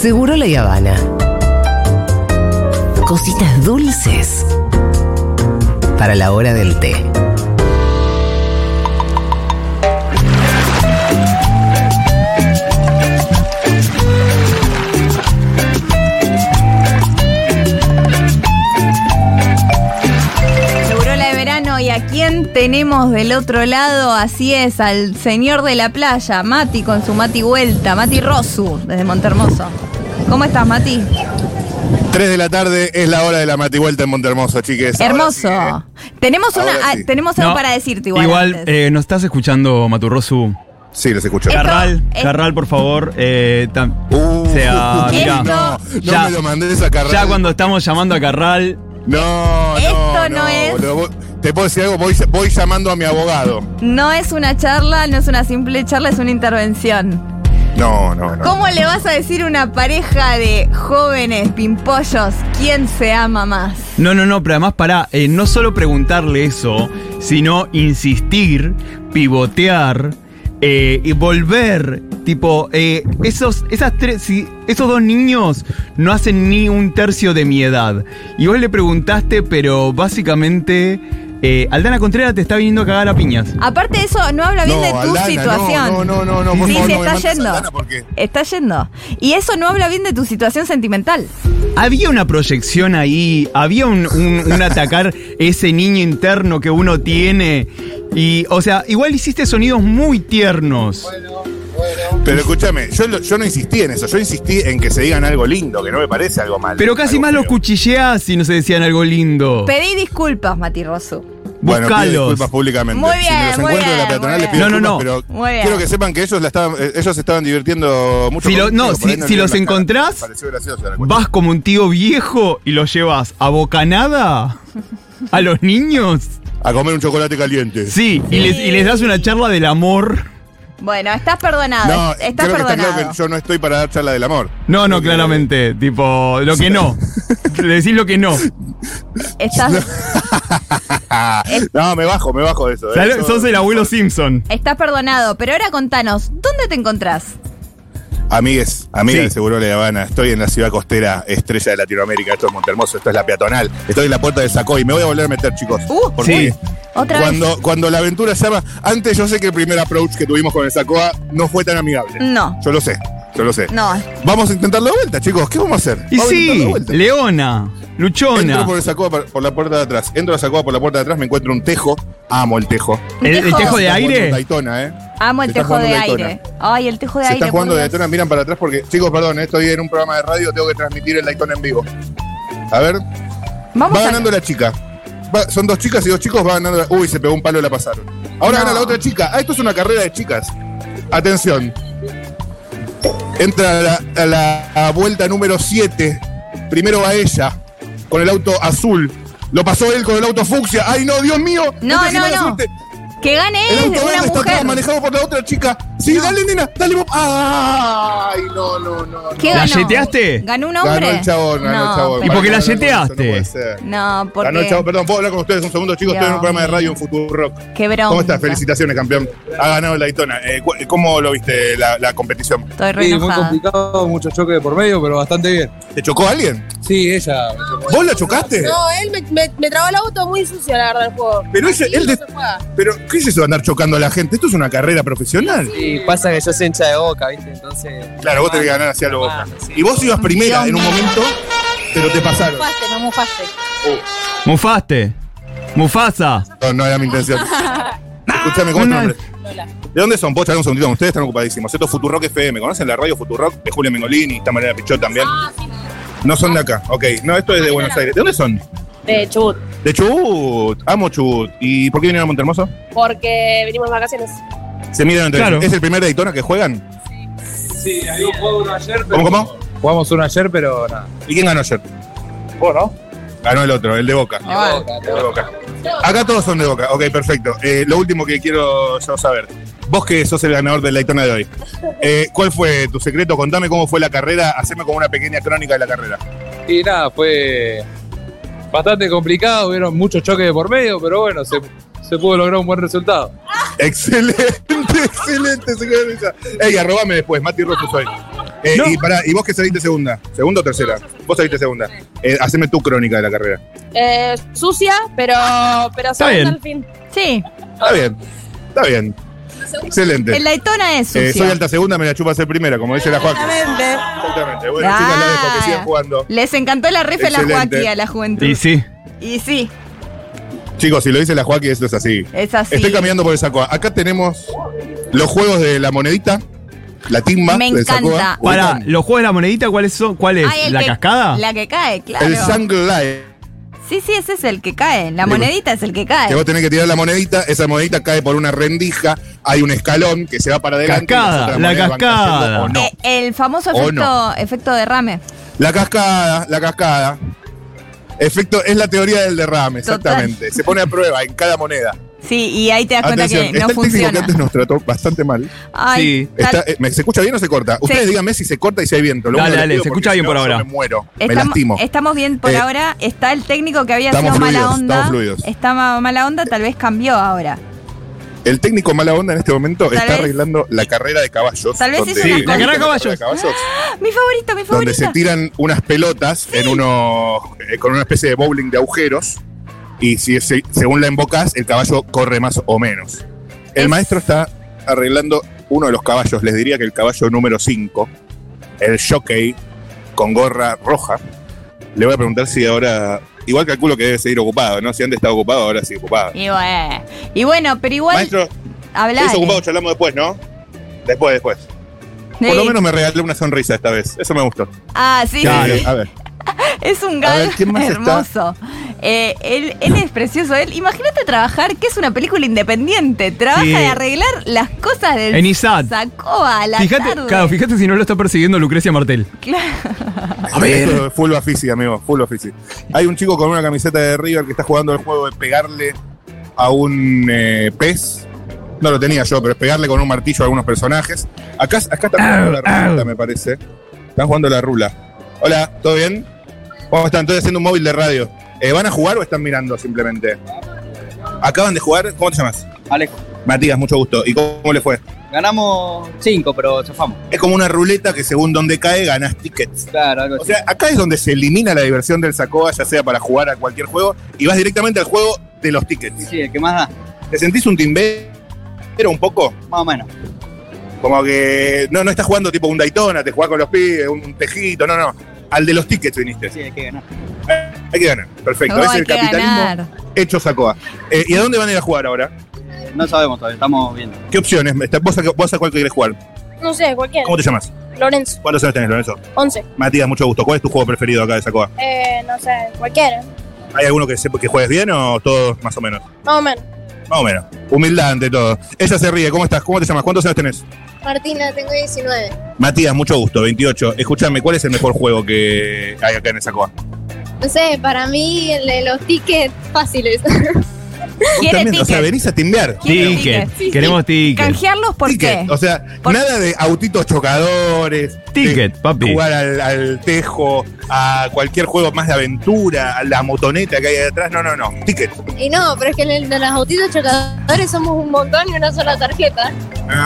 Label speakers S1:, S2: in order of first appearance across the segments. S1: Seguro la Habana. Cositas dulces para la hora del té.
S2: Seguro la de verano y a quién tenemos del otro lado, así es, al señor de la playa, Mati con su Mati Vuelta, Mati Rosu, desde Montermoso. ¿Cómo estás, Mati?
S3: 3 de la tarde es la hora de la mativuelta en Montermoso, chiques. Ahora
S2: Hermoso.
S3: sí, ¿eh?
S2: Tenemos
S3: Ahora
S2: una, ah,
S3: sí.
S2: tenemos algo
S4: No,
S2: para decirte igual. antes.
S4: eh, nos estás escuchando, Maturrosu.
S3: Sí, los escucho.
S2: Esto-
S4: Carral,
S2: es-
S4: Carral, por favor. eh, tam-
S3: Uh,
S4: o sea, mirá,
S3: no, no
S4: ya-
S3: me lo mandes a Carral.
S4: ya cuando estamos llamando a Carral,
S3: No, no,
S2: Esto no es-
S3: boludo, vos- Te puedo decir algo, voy, voy llamando a mi abogado.
S2: No es una charla, no es una simple charla, es una intervención.
S3: No, no, no.
S2: ¿Cómo le vas a decir a una pareja de jóvenes pimpollos quién se ama más?
S4: No, no, no, pero además para no solo preguntarle eso, sino insistir, pivotear eh, y volver. Tipo, eh, esos, esas tres, si esos dos niños no hacen ni un tercio de mi edad. Y vos le preguntaste, pero básicamente eh, Aldana Contreras te está viniendo a cagar a piñas.
S2: Aparte de eso, no habla bien
S3: No,
S2: de tu
S3: Aldana,
S2: situación.
S3: No, no, no, no, por
S2: sí,
S3: favor,
S2: sí,
S3: no me
S2: está
S3: mandes a
S2: yendo.
S3: Aldana porque-
S2: Está yendo. Y eso no habla bien de tu situación sentimental.
S4: Había una proyección ahí, había un, un- un atacar ese niño interno que uno tiene. Y, o sea, igual hiciste sonidos muy tiernos.
S3: Pero escúchame, yo, lo- yo no insistí en eso, yo insistí en que se digan algo lindo, que no me parece algo malo.
S4: Pero casi
S3: algo
S4: más los
S3: feo.
S4: cuchilleás si no se decían algo lindo.
S2: Pedí disculpas, Mati Rosu.
S3: Bueno, pido
S4: Buscalos.
S3: disculpas públicamente.
S2: Muy
S3: si me los
S2: bien, muy
S3: encuentro en
S2: bien,
S3: la peatonal
S2: muy
S3: les pido
S4: bien. No, no,
S3: disculpas,
S4: no.
S3: pero
S2: Muy bien.
S3: quiero que sepan que ellos la estaban, eh, ellos estaban divirtiendo mucho.
S4: Si lo-
S3: conmigo,
S4: no,
S3: por
S4: si-
S3: ahí
S4: si
S3: vieron
S4: los
S3: la cara,
S4: encontrás,
S3: me pareció graciosa la cuestión.
S4: Vas como un tío viejo y los llevas a bocanada a los niños.
S3: A comer un chocolate caliente.
S4: Sí, y les, y les das una charla del amor.
S2: Bueno, estás perdonado.
S3: No,
S2: Ah, es- estás
S3: creo que está
S2: perdonado.
S3: claro que yo no estoy para dar charla del amor.
S4: No, no,
S3: Creo que-
S4: claramente. Tipo, lo que no. Le decís lo que no.
S2: Estás,
S3: Ah, no, me bajo, me bajo de eso. eh.
S4: Sal-
S3: Yo-
S4: Sos el abuelo Simpson.
S2: estás perdonado. Pero ahora contanos, ¿dónde te encontrás?
S3: Amigues, amigas
S4: Sí.
S3: de Seguro La Habana, estoy en la ciudad costera estrella de Latinoamérica, esto es Montermoso, esto es la peatonal, estoy en la puerta de Sacoy, me voy a volver a meter, chicos.
S2: Uh,
S4: Sí.
S2: Otra vez.
S3: cuando, cuando la aventura llama, antes yo sé que el primer approach que tuvimos con el Sacoa no fue tan amigable.
S2: No.
S3: Yo lo sé, yo lo sé.
S2: No.
S3: Vamos a intentar la vuelta, chicos, ¿qué vamos a hacer?
S4: Y
S3: Vamos a intentar
S4: sí,
S3: la vuelta.
S4: Leona, Luchona.
S3: Entro por el Sacoa por, por la puerta de atrás, entro a la Sacoa por la puerta de atrás, me encuentro un tejo, amo el tejo.
S4: El, el
S2: Tejo.
S4: tejo de
S3: Está jugando un
S4: aire.
S3: Daytona, ¿eh?
S2: Amo el
S3: Se está
S2: tejo de
S3: jugando
S2: aire.
S3: Daytona.
S2: Ay, el tejo de
S3: Se
S2: aire.
S3: está jugando
S2: por
S3: de
S2: Dios.
S3: Daytona, miran para atrás porque, chicos, perdón, eh, estoy en un programa de radio, tengo que transmitir el Daytona en vivo. A ver,
S2: Vamos
S3: va
S2: a-
S3: ganando la chica. Va- son dos chicas y dos chicos, va ganando la... Uy, se pegó un palo, la pasaron. Ahora
S2: No.
S3: gana la otra chica. Ah, esto es una carrera de chicas. Atención. Entra a la, a la- a vuelta número 7. Primero va ella, con el auto azul. Lo pasó él con el auto fucsia. ¡Ay, no, Dios mío!
S2: No,
S3: Esta es
S2: no,
S3: mala
S2: no.
S3: suerte.
S2: Que gane
S3: El
S2: él,
S3: auto
S2: una
S3: verde está atrás,
S2: mujer.
S3: manejado por la otra chica. Sí, dale, nena, dale. vos. Ay, no, no, no. no.
S2: ¿Qué
S4: ¿La
S2: ganó?
S4: yeteaste?
S2: ¿Ganó un hombre?
S3: Ganó el chabón, ganó
S2: no,
S3: el chabón.
S4: ¿Y
S2: pero-
S4: por qué la
S3: Ganó el chabón,
S4: yeteaste?
S3: no puede ser.
S2: No, porque...
S3: Ganó el chabón, perdón, puedo hablar con ustedes un segundo, chicos. Estoy en
S2: Dios
S3: un programa de radio
S2: mío.
S3: en Futuro Rock.
S2: Qué bronca.
S3: ¿Cómo estás? Felicitaciones, campeón. Ha ganado el Daytona. Eh, cu- ¿Cómo lo viste la, la competición?
S2: Estoy re
S5: Sí, muy
S2: enojada.
S5: complicado, mucho choque de por medio, pero bastante bien.
S3: ¿Te chocó alguien?
S5: Sí, ella. me chocó.
S3: ¿Vos la chocaste?
S6: No, él me, me, me trabó el auto muy sucio, la verdad, el juego.
S3: Pero ese-
S6: Así
S3: él
S6: no
S3: de-
S6: se juega.
S3: Pero, ¿qué es eso de andar chocando a la gente? ¿Esto es una carrera profesional?
S5: Y pasa que yo soy hincha de boca, ¿viste? Entonces.
S3: Claro, vos tenés que ganar hacia lo boca. Y vos ibas primera en un momento, pero te
S6: No
S3: pasaron. Uh,
S6: mufaste, no mufaste.
S4: Mufaste. Mufasa.
S3: No, no era mi intención. Escúchame, ¿cómo es tu
S4: Una-
S3: nombre? ¿De dónde son? Vos Charlá un segundito con ustedes, están ocupadísimos. Esto es Futurock FM. ¿Conocen la radio Futurock de Julio Mengolini? Está Mariana Pichot también.
S6: Ah,
S3: No son de acá, ok. No, esto es de Buenos Aires. ¿De dónde son?
S6: De chubut.
S3: De Chubut. Amo Chubut. ¿Y por qué vinieron a Montermoso?
S6: Porque venimos de vacaciones.
S3: Se miran entre
S4: Claro.
S3: ellos. ¿Es el primer Daytona que juegan?
S5: Sí, ahí jugamos uno ayer,
S3: pero- ¿Cómo, cómo?
S5: Jugamos uno ayer, pero nada.
S3: ¿Y quién ganó ayer?
S5: ¿Vos, no?
S3: Ganó el otro, el de Boca.
S2: Ay,
S3: El de Boca. Acá todos son de Boca. Ok, perfecto. Eh, lo último que quiero yo saber. Vos que sos el ganador del Daytona de hoy. Eh, ¿Cuál fue tu secreto? Contame cómo fue la carrera. Haceme como una pequeña crónica de la carrera.
S5: Y nada, fue bastante complicado, hubieron muchos choques de por medio, pero bueno, se, se pudo lograr un buen resultado.
S3: Excelente, excelente, señor Ey, arrobame después, Mati Rosso soy. Eh,
S4: No.
S3: y, pará, y vos que saliste segunda, segunda o tercera.
S6: No, yo salí
S3: vos saliste segunda.
S6: segunda.
S3: Eh, haceme tu crónica de la carrera.
S6: Eh, sucia, pero, pero
S4: Está
S6: segunda
S4: bien.
S6: al fin.
S2: Sí,
S3: Está bien, está bien. Excelente.
S2: el Daytona es sucio.
S3: Eh, soy alta segunda, me la chupa ser primera, como dice la Joaquín.
S2: Exactamente.
S3: Exactamente. Bueno,
S2: Ah.
S3: chicas, la dejo, que sigan jugando.
S2: Les encantó la rifa a la
S3: Excelente.
S2: Joaquín, a la juventud.
S4: Y sí.
S2: Y sí,
S3: Chicos, si lo dice la Joaquín, esto es así.
S2: es así.
S3: Estoy caminando por el Sacoa. Acá tenemos los juegos de la monedita, la timba
S2: Me
S3: del
S2: encanta.
S3: Sacoa.
S4: Para, ¿los juegos de la monedita cuál es? son- ¿Cuál es?
S2: Ay, Ah, el
S4: ¿La
S2: que-
S4: cascada?
S2: La que cae, claro.
S3: El Sangle Light.
S2: Sí, sí, ese es el que cae. La
S3: Sí,
S2: monedita es el que cae.
S3: Que vos tenés que tirar la monedita, esa monedita cae por una rendija, hay un escalón que se va para adelante. y las
S4: Cascada,
S3: otras
S4: la
S3: monedas van
S4: cascada.
S3: cayendo, o no.
S2: Eh, el famoso
S3: O
S2: efecto,
S3: no.
S2: efecto derrame.
S3: La cascada, la cascada. Efecto, es la teoría del derrame,
S2: Total.
S3: exactamente. Se pone a prueba en cada moneda.
S2: Sí, y ahí te das cuenta
S3: Atención,
S2: que
S3: está
S2: no
S3: el técnico que
S2: funciona.
S3: antes nos trató bastante mal.
S2: Ay,
S4: Sí.
S2: tal-
S3: Está- eh, ¿me- ¿Se escucha bien o se corta? Ustedes díganme si se corta y si hay viento. Lo
S4: Dale,
S3: único que
S4: dale,
S3: pido
S4: se
S3: porque
S4: escucha
S3: si
S4: bien
S3: no,
S4: por
S3: yo
S4: ahora.
S3: Me muero, me
S2: Estamos,
S3: lastimo.
S2: estamos bien por
S3: Eh,
S2: ahora. Está el técnico que había sido
S3: estamos
S2: mala
S3: fluidos, estamos
S2: onda.
S3: fluidos.
S2: Está ma- mala onda, tal vez cambió ahora.
S3: El técnico mala onda en este momento
S2: Tal
S3: está
S2: vez-
S3: arreglando la carrera de caballos.
S2: Tal vez
S3: donde-
S2: hizo una
S4: Sí, la carrera de
S3: de caballos.
S2: ¡Ah! Mi favorito, mi
S3: donde se
S2: favorito.
S3: tiran unas pelotas en unos eh, con una especie de bowling de agujeros y si se- según la embocas el caballo corre más o menos. El
S2: Es-
S3: maestro está arreglando uno de los caballos, les diría que el caballo número 5, el jockey con gorra roja. Le voy a preguntar si ahora igual calculo que debe seguir ocupado, ¿no? Si antes estaba ocupado, ahora sigue ocupado.
S2: Y bueno, y bueno, pero igual
S3: Maestro,
S2: hablar.
S3: es ocupado, charlamos después, ¿no? Después, después. Por lo menos me regaló una sonrisa esta vez. Eso me gustó.
S2: Ah, sí,
S4: Claro.
S2: sí.
S3: a ver.
S2: es un
S3: A ver,
S2: gag
S3: ¿quién más está?
S2: hermoso. Eh, él, él es precioso. Él, imagínate trabajar, que es una película independiente. Trabaja
S4: Sí.
S2: de arreglar las cosas del
S4: En ISAT.
S2: Sacoa a la
S4: Fíjate,
S2: tarde.
S4: claro, fíjate si no lo está persiguiendo Lucrecia Martel.
S2: Claro.
S3: A ver. Full Bafisi, amigo, full Bafisi. Hay un chico con una camiseta de River que está jugando el juego de pegarle a un eh, pez. No lo tenía yo, pero es pegarle con un martillo a algunos personajes. Acá, acá están jugando la ruleta, me parece. Están jugando la rula. Hola, ¿todo bien? ¿Cómo están? Estoy haciendo un móvil de radio. Eh, ¿Van a jugar o están mirando simplemente? Acaban de jugar. ¿Cómo te llamas?
S7: Alejo,
S3: Matías, mucho gusto. ¿Y cómo, cómo le fue?
S7: ganamos 5, pero zafamos.
S3: Es como una ruleta que según donde cae ganas tickets.
S7: Claro, algo
S3: O
S7: así.
S3: sea, acá es donde se elimina la diversión del Sacoa, ya sea para jugar a cualquier juego, y vas directamente al juego de los tickets.
S7: sí, el que más da,
S3: ¿Te sentís un timbero un poco?
S7: más o menos.
S3: Como que no, no estás jugando tipo un Daytona, te jugás con los pibes, un tejito, no, no. Al de los tickets viniste.
S7: Sí, el que gana.
S3: Hay que ganar. Perfecto.
S2: No,
S3: es
S2: hay
S3: el
S2: que
S3: capitalismo
S2: ganar.
S3: hecho Sacoa. Eh, ¿Y a dónde van a ir a jugar ahora?
S7: No sabemos todavía, estamos viendo.
S3: ¿Qué opciones? Está- ¿Vos a, vos a cuál querés jugar?
S6: No sé, cualquiera.
S3: ¿Cómo te llamas?
S6: Lorenzo,
S3: ¿Cuántos años tenés, Lorenzo?
S6: 11.
S3: Matías, mucho gusto. ¿Cuál es tu juego preferido acá de Sacoa?
S6: Eh, no sé, cualquiera.
S3: ¿Hay alguno que, sepa- que juegues bien o todos más o menos?
S6: Más o menos.
S3: Más o menos. Humildad ante todo. Ella se ríe. ¿Cómo estás? ¿Cómo te llamas? ¿Cuántos años tenés?
S6: Martina, tengo 19.
S3: Matías, mucho gusto, 28. Escúchame, ¿cuál es el mejor juego que hay acá en el Sacoa?
S6: No sé, para mí el de los tickets fáciles.
S2: Quiere
S3: Justamente, O sea,
S2: tickets.
S3: venís a timbear.
S2: Quiere tickets.
S4: Tickets. Queremos tickets.
S2: Canjearlos por
S3: Ticket,
S2: qué.
S3: O sea,
S2: ¿Por
S3: nada de autitos chocadores.
S4: Ticket,
S3: de
S4: papi.
S3: Jugar al, al tejo, a cualquier juego más de aventura, a la motoneta que hay detrás. No, no, no. Ticket.
S6: Y no, pero es que en el de los autitos chocadores somos un montón y una sola tarjeta.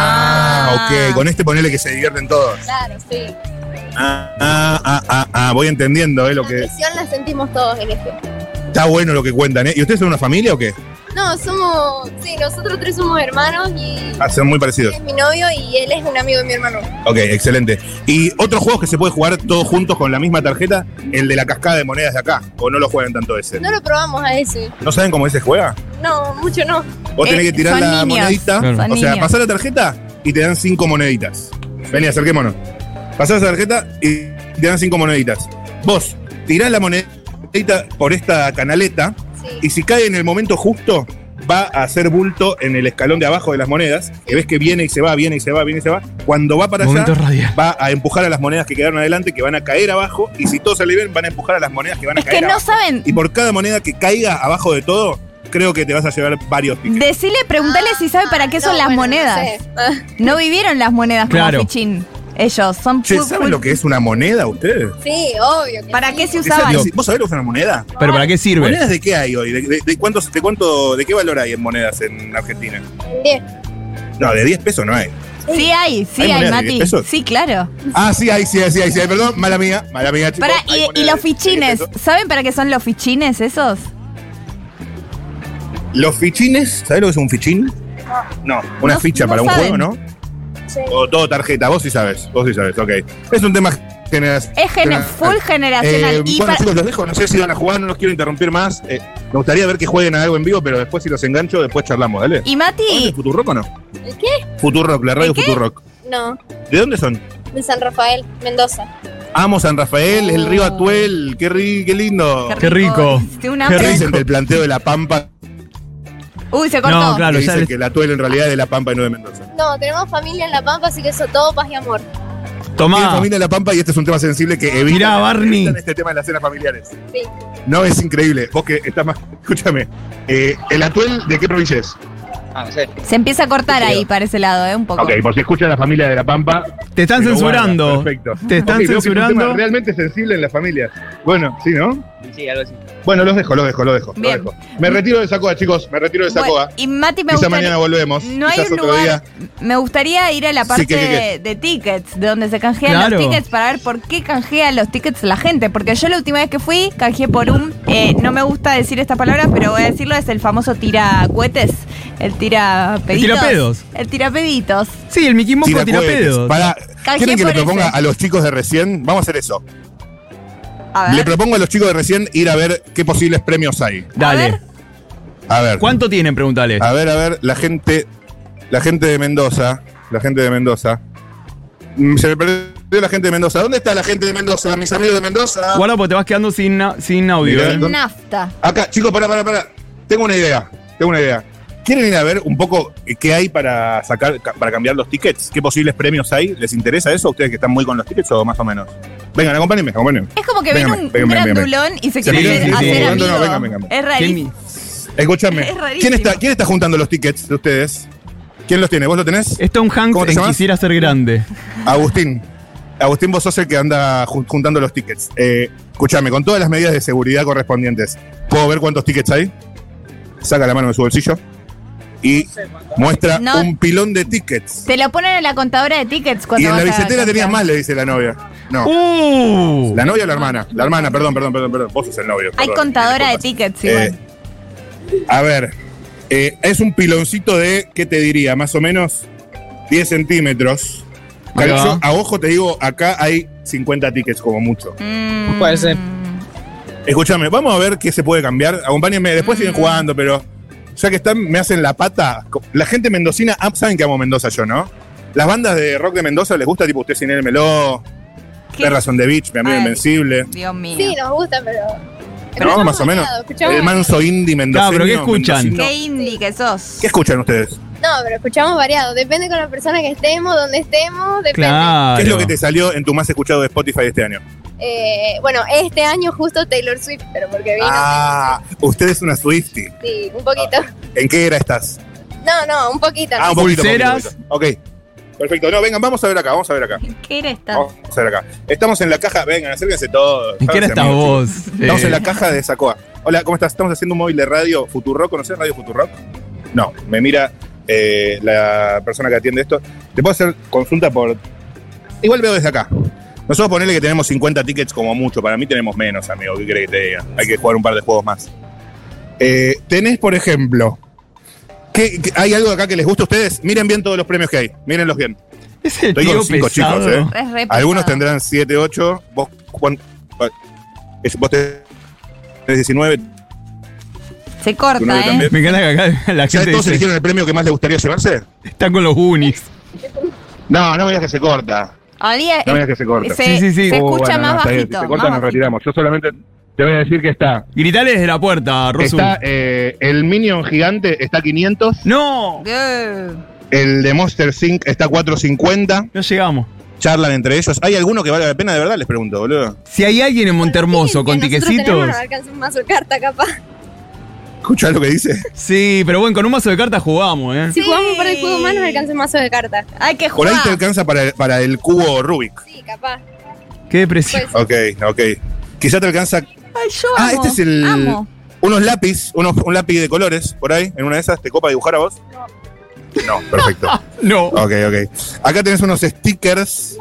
S3: Ah,
S2: Ah.
S3: ok. Con este ponele que se divierten todos.
S6: Claro, sí.
S3: Ah, ah, ah, ah, ah. Voy entendiendo, ¿eh? Lo
S6: La
S3: que.
S6: presión la sentimos todos en este.
S3: Está bueno lo que cuentan, ¿eh? ¿Y ustedes son una familia o qué?
S6: No, somos. Sí, nosotros tres somos hermanos y.
S3: Ah, son muy parecidos.
S6: él Es mi novio y él es un amigo de mi hermano.
S3: Ok, excelente. ¿Y otros juegos que se puede jugar todos juntos con la misma tarjeta? El de la cascada de monedas de acá. ¿O no lo juegan tanto ese?
S6: No lo probamos a ese.
S3: ¿No saben cómo ese juega?
S6: No, mucho no.
S3: Vos
S2: Eh,
S3: tenés que tirar
S2: son
S3: la
S2: niños,
S3: monedita.
S4: Claro.
S2: son
S3: O sea,
S2: niños.
S3: pasar la tarjeta y te dan cinco moneditas. Vení, acerquémonos. Pasás la tarjeta y te dan cinco moneditas. Vos tirás la monedita por esta canaleta
S6: Sí.
S3: y si cae en el momento justo va a hacer bulto en el escalón de abajo de las monedas. Que ves que viene y se va, viene y se va, viene y se va. Cuando va para allá...
S4: Momento radial.
S3: va a empujar a las monedas que quedaron adelante, que van a caer abajo, y si todo sale bien, van a empujar a las monedas que van a
S2: Es que
S3: caer
S2: no
S3: abajo.
S2: saben.
S3: Y por cada moneda que caiga abajo de todo, creo que te vas a llevar varios tickets.
S2: Decile, preguntale si sabe para qué
S6: Ah,
S2: son
S6: no,
S2: las
S6: bueno, no
S2: monedas.
S6: sé.
S2: No, vivieron las monedas
S4: Claro.
S2: como fichín. Ellos son
S3: Che,
S2: full-
S3: ¿saben
S2: full-
S3: lo que es una moneda ustedes?
S6: Sí, obvio. que
S2: ¿Para
S6: sí.
S2: qué se
S3: ¿Qué saben?
S2: usaban?
S3: ¿Vos sabés lo que es una moneda?
S4: ¿Pero para qué sirve?
S3: ¿Monedas de qué hay hoy? ¿De, de- de cuántos- de cuánto, ¿De qué valor hay en monedas en Argentina?
S6: En diez.
S3: No, de 10 pesos no hay.
S2: Sí hay, sí
S3: ¿Hay
S2: hay,
S3: monedas de
S2: Mati.
S3: 10 pesos?
S2: Sí, claro.
S3: Ah, sí, ahí sí, ahí sí, ahí sí. Perdón, mala mía, mala mía, chicos.
S2: Pará,
S3: Ahí
S2: y,
S3: pone
S2: y
S3: el-
S2: los fichines,
S3: eso.
S2: ¿saben para qué son los fichines esos?
S3: Los fichines, ¿sabes lo que es un fichín? No, una
S2: No-
S3: ficha
S2: no
S3: para un
S2: saben.
S3: juego, ¿no?
S6: Sí.
S3: O todo tarjeta, vos sí sabes, vos sí sabes, ok. Es un tema generas-
S2: Es gene- full generacional.
S3: Eh,
S2: y
S3: bueno,
S2: para-
S3: chicos, los dejo, no sé si van a jugar, no los quiero interrumpir más. Eh, me gustaría ver que jueguen a algo en vivo, pero después si los engancho, después charlamos,
S2: y
S3: dale. ¿Son de
S2: Mati,
S3: Futurock o no?
S6: ¿El qué?
S3: Futurock, la radio
S2: ¿De qué?
S3: Futurock.
S6: No,
S3: ¿De dónde son?
S6: de San Rafael, Mendoza.
S3: Amo San Rafael, el
S2: Oh.
S3: río Atuel, qué, ri- qué lindo.
S4: Qué rico.
S2: Hiciste un
S4: Qué
S3: ¿Qué
S2: hambre.
S3: dicen
S4: rico.
S3: del planteo de La Pampa?
S2: Uy, se cortó.
S4: No, claro,
S3: que
S4: ya
S3: dicen
S4: les-
S3: que el Atuel en realidad es de La Pampa y no de Mendoza.
S6: No, tenemos familia en La Pampa, así que eso todo paz y amor.
S3: Tiene
S4: Tomá.
S3: familia de La Pampa y este es un tema sensible que evita,
S4: Mirá, Barney.
S3: evitan este tema de las cenas familiares.
S6: Sí.
S3: No, es increíble. Vos que estás más... Escúchame. eh, ¿El Atuel de qué provincia es?
S7: Ah, sí.
S2: Se empieza a cortar ahí para ese lado, ¿eh? Un poco.
S3: Ok, por si escuchan la familia de La Pampa.
S4: Te están
S3: Pero
S4: censurando.
S3: guarda, perfecto.
S4: Te están
S3: Ok, veo que es un tema
S4: censurando.
S3: realmente sensible en las familias. Bueno, sí, ¿no?
S7: Sí, algo así.
S3: Bueno, los dejo, los dejo, los dejo. los
S2: Bien.
S3: dejo. Me retiro de Sacoa, chicos. Me retiro de
S2: Bueno,
S3: Sacoa.
S2: y Mati me
S3: Quizá
S2: gustaría.
S3: ¿eh? mañana volvemos.
S2: No hay
S3: quizás
S2: un
S3: otro
S2: lugar.
S3: día.
S2: Me gustaría ir a la
S3: Sí,
S2: parte
S3: ¿qué, qué,
S2: de tickets, de donde se canjean
S4: Claro.
S2: los tickets, para ver por qué canjean los tickets la gente. Porque yo la última vez que fui, canjeé por un. eh, no me gusta decir esta palabra, pero voy a decirlo: es el famoso tira cohetes. El tira peditos.
S4: tirapedos.
S2: El tira peditos.
S4: Sí, el Mickey Moco tira
S3: Tiracohetes.
S4: pedos.
S3: Pará,
S2: Canjeé
S3: ¿Quieren que
S2: por
S3: le proponga
S2: ese.
S3: a los chicos de recién? Vamos a hacer eso.
S2: A
S3: Le
S2: ver.
S3: propongo a los chicos de recién ir a ver qué posibles premios hay.
S2: A
S4: Dale.
S2: ver.
S3: A ver.
S4: ¿Cuánto tienen? Preguntale.
S3: A ver, a ver, la gente. La gente de Mendoza. La gente de Mendoza. Mm, Se me perdió la gente de Mendoza. ¿Dónde está la gente de Mendoza? Mis amigos de Mendoza.
S4: Guarda porque te vas quedando sin, na- sin audio.
S3: Mirá.
S4: eh.
S3: ¿Dónde?
S2: Nafta.
S3: Acá, chicos, pará, pará, pará. Tengo una idea. Tengo una idea. ¿Quieren ir a ver un poco eh, qué hay para sacar, ca- para cambiar los tickets? ¿Qué posibles premios hay? ¿Les interesa eso a ustedes que están muy con los tickets o más o menos? Vengan, acompáñenme, acompáñenme.
S2: Es como que viene
S3: Véngame,
S2: un
S3: véngame, véngame.
S2: grandulón y se
S3: Sí,
S2: quiere
S4: sí, sí,
S2: hacer
S4: sí.
S2: amigo.
S3: No, véngame, véngame.
S2: Es
S4: ¿Quién-
S2: rarísimo.
S3: Escúchame.
S2: Es rarísimo.
S3: ¿Quién está, ¿Quién está juntando los tickets de ustedes? ¿Quién los tiene? ¿Vos lo tenés?
S4: Esto es un Hank
S3: ¿Cómo te
S4: en
S3: llamas?
S4: quisiera ser grande.
S3: Agustín. Agustín, vos sos el que anda ju- juntando los tickets. Eh, escúchame, con todas las medidas de seguridad correspondientes, ¿puedo ver cuántos tickets hay? Saca la mano de su bolsillo y muestra
S2: No.
S3: un pilón de tickets.
S2: Te lo ponen en la contadora de tickets cuando
S3: Y en la
S2: vas a
S3: billetera tenías
S2: canjear.
S3: más, le dice la novia. No.
S4: ¡Uh!
S3: ¿La novia o la hermana? La hermana, perdón, perdón, perdón, perdón. Vos sos el novio.
S2: Hay
S3: perdón.
S2: contadora de
S3: Disculpa.
S2: tickets
S3: Eh,
S2: igual.
S3: a ver, eh, es un piloncito de, ¿qué te diría? Más o menos 10 centímetros.
S4: Ahí va.
S3: Yo a ojo te digo, acá hay 50 tickets como mucho. Eh,
S2: Mm.
S7: Puede ser.
S3: Escúchame, vamos a ver qué se puede cambiar. Acompáñenme, después siguen jugando, pero ya que están, me hacen la pata. La gente mendocina, ah, saben que amo Mendoza yo, ¿no? Las bandas de rock de Mendoza les gusta, tipo Usted sin el Meló,
S2: ¿Qué?
S3: Terras on the Beach, mi amigo
S2: Ay.
S3: Invencible.
S2: Dios mío.
S6: Sí, nos gusta, pero.
S3: No, más o menos. El manso indie mendocino.
S4: Claro, pero ¿qué escuchan?
S3: mendocino.
S2: Qué indie que sos.
S3: ¿Qué escuchan ustedes?
S6: No, pero escuchamos variado. Depende con la persona que estemos, donde estemos, depende.
S4: Claro.
S3: ¿Qué es lo que te salió en tu más escuchado de Spotify este año?
S6: Eh, bueno, este año justo Taylor Swift, pero porque vino.
S3: Ah, usted es una Swifty.
S6: Sí, un poquito.
S3: ¿En qué era estás?
S6: No, no, un poquito.
S3: Ah, un
S4: Pulseras.
S3: poquito. Ok. Perfecto. No, vengan, vamos a ver acá, vamos a ver acá.
S2: ¿Qué eres tan-
S3: Vamos a ver acá. Estamos en la caja, vengan, acérquense todos.
S4: ¿En qué era
S3: Háganse
S4: estás
S3: amigos,
S4: vos?
S3: chicos. Estamos
S4: Eh,
S3: en la caja de Sacoa. Hola, ¿cómo estás? Estamos haciendo un móvil de radio Futurock. ¿Conoces Radio Futurock? No, me mira eh, la persona que atiende esto. ¿Te puedo hacer consulta por...? Igual veo desde acá. Nosotros ponele que tenemos 50 tickets como mucho. Para mí tenemos menos, amigo. ¿Qué crees que te diga? Hay que jugar un par de juegos más. Eh, tenés, por ejemplo... ¿qué- qué- ¿Hay algo acá que les gusta a ustedes? Miren bien todos los premios que hay. Mírenlos bien.
S4: Es el
S3: Estoy con
S4: tío
S3: cinco
S4: pesado.
S3: chicos, ¿eh?
S2: Es re
S3: Algunos
S2: pesado.
S3: tendrán 7, 8. Vos, Juan, es- vos tenés 19.
S2: Se
S3: Tu novio
S2: corta, ¿eh?
S3: también.
S4: Me encanta que acá la
S3: ¿Ya
S4: gente
S3: todos
S4: dice,
S3: eligieron el premio que más les gustaría llevarse?
S4: está con los unis.
S3: No, no me digas que se corta.
S2: Ali, eh,
S3: No me digas que se corta.
S2: se,
S4: Sí, sí, sí.
S2: se
S4: Oh,
S2: escucha
S3: Bueno, no,
S2: más
S3: está bien.
S2: bajito.
S3: Si se
S2: más
S3: corta, nos
S2: bajito.
S3: retiramos. Yo solamente te voy a decir que está.
S4: Gritale desde la puerta, Rosu.
S3: Está eh, el Minion gigante, está 500.
S4: ¡No!
S2: Eh,
S3: El de Monster Sync está 450.
S4: No llegamos.
S3: Charlan entre ellos. ¿Hay alguno que valga la pena de verdad? Les pregunto, boludo.
S4: Si hay alguien en Montermoso con tiquecitos.
S6: No alcanzamos más su carta, capaz.
S3: ¿Escuchás lo que dice?
S4: Sí, pero bueno, con un mazo de cartas jugamos, ¿eh?
S6: Si jugamos para el juego más, nos alcanza un mazo de cartas.
S2: Hay que
S3: Por
S2: jugar.
S3: ahí te alcanza para, para el cubo Rubik.
S6: Sí, capaz.
S4: Qué depresión.
S6: Pues,
S3: Ok, ok. Quizá te alcanza
S2: Ay, yo
S3: Ah,
S2: amo,
S3: este es el-
S2: Amo.
S3: unos lápiz, unos, un lápiz de colores por ahí, en una de esas, ¿te copa dibujar a vos? No, perfecto.
S6: pues.
S4: No.
S3: Ok, ok. Acá tenés unos stickers.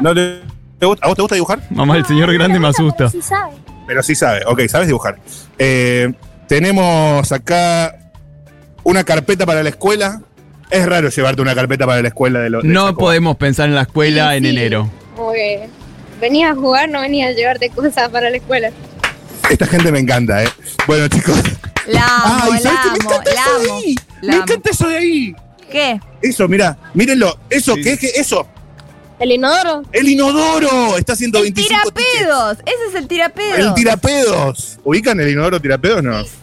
S3: No te- te gusta- ¿A vos te gusta dibujar?
S4: Mamá, el señor grande me asusta.
S6: Sí sabe.
S3: Pero sí sabe, ok, sabes dibujar. Eh, tenemos acá una carpeta para la escuela. Es raro llevarte una carpeta para la escuela de los.
S4: No podemos pensar en la escuela en
S6: Sí, sí.
S4: enero.
S6: Como que venías a jugar, no venías a llevarte cosas para la escuela.
S3: Esta gente me encanta, ¿eh? Bueno, chicos.
S2: La amo,
S3: Ay,
S2: la
S3: ¿sabes qué? Me
S2: amo,
S3: encanta
S2: la
S3: eso de
S2: amo.
S3: ahí.
S2: la
S3: Me
S2: amo.
S3: encanta eso de ahí.
S2: ¿Qué?
S3: Eso, mira, mírenlo. Eso,
S5: Sí.
S3: ¿qué es que eso?
S6: El inodoro.
S3: El inodoro. Está haciendo
S2: El
S3: 25 tickets.
S2: tirapedos. Ese es el tirapedos.
S3: El tirapedos. ¿Ubican el inodoro tirapedos? No.
S6: Sí,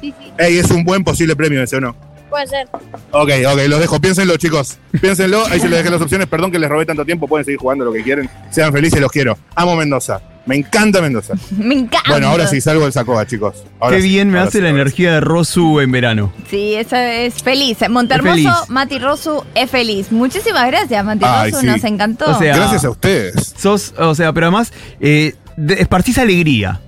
S6: sí.
S3: Ey, es un buen posible premio ese, ¿o no?
S6: Puede ser.
S3: Ok, ok, los dejo. Piénsenlo, chicos. Piénsenlo. Ahí se les dejé las opciones. Perdón que les robé tanto tiempo. Pueden seguir jugando lo que quieren. Sean felices, los quiero. Amo Mendoza. Me encanta Mendoza.
S2: Me encanta.
S3: Bueno, ahora sí, salgo del sacoa, chicos. Ahora
S4: Qué
S3: sí,
S4: bien me
S3: ahora
S4: hace
S3: sí,
S4: la
S3: ahora sí.
S4: energía de Rosu en verano.
S2: Sí, esa es feliz. Eh, Montermoso,
S4: Es feliz.
S2: Mati Rosu es feliz. Muchísimas gracias, Mati
S3: Ay,
S2: Rosu.
S3: sí.
S2: Nos encantó.
S4: O sea-
S3: Gracias a ustedes.
S4: Sos, o sea, pero además, eh, de- esparcís alegría.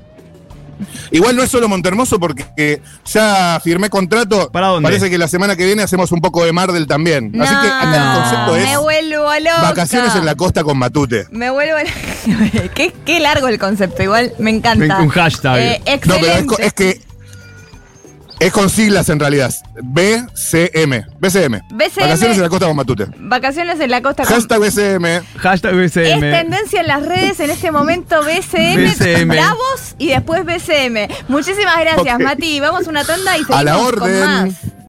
S3: Igual no es solo Montermoso porque eh, ya firmé contrato.
S4: ¿Para dónde?
S3: Parece que la semana que viene hacemos un poco de Mardel también. Así que acá el
S2: No,
S3: concepto
S2: Me
S3: es
S2: vuelvo loca.
S3: vacaciones en la costa con Matute.
S2: Me vuelvo loca. qué, qué largo el concepto. Igual me encanta.
S4: Me- un hashtag.
S2: Eh,
S3: No, pero es,
S2: excelente.
S3: co- es que es con siglas en realidad. BCM. BCM.
S2: BCM.
S3: Vacaciones en la costa con Matute.
S2: Vacaciones en la costa. con-
S3: Hashtag BCM.
S4: Hashtag
S2: Es
S6: Este
S4: BCM.
S2: tendencia en las redes en este momento BCM,
S4: BCM.
S2: Bravos y después BCM. Muchísimas gracias,
S3: Ok.
S2: Mati. Vamos a una tanda y seguimos
S3: A la
S2: con
S3: orden.
S2: más.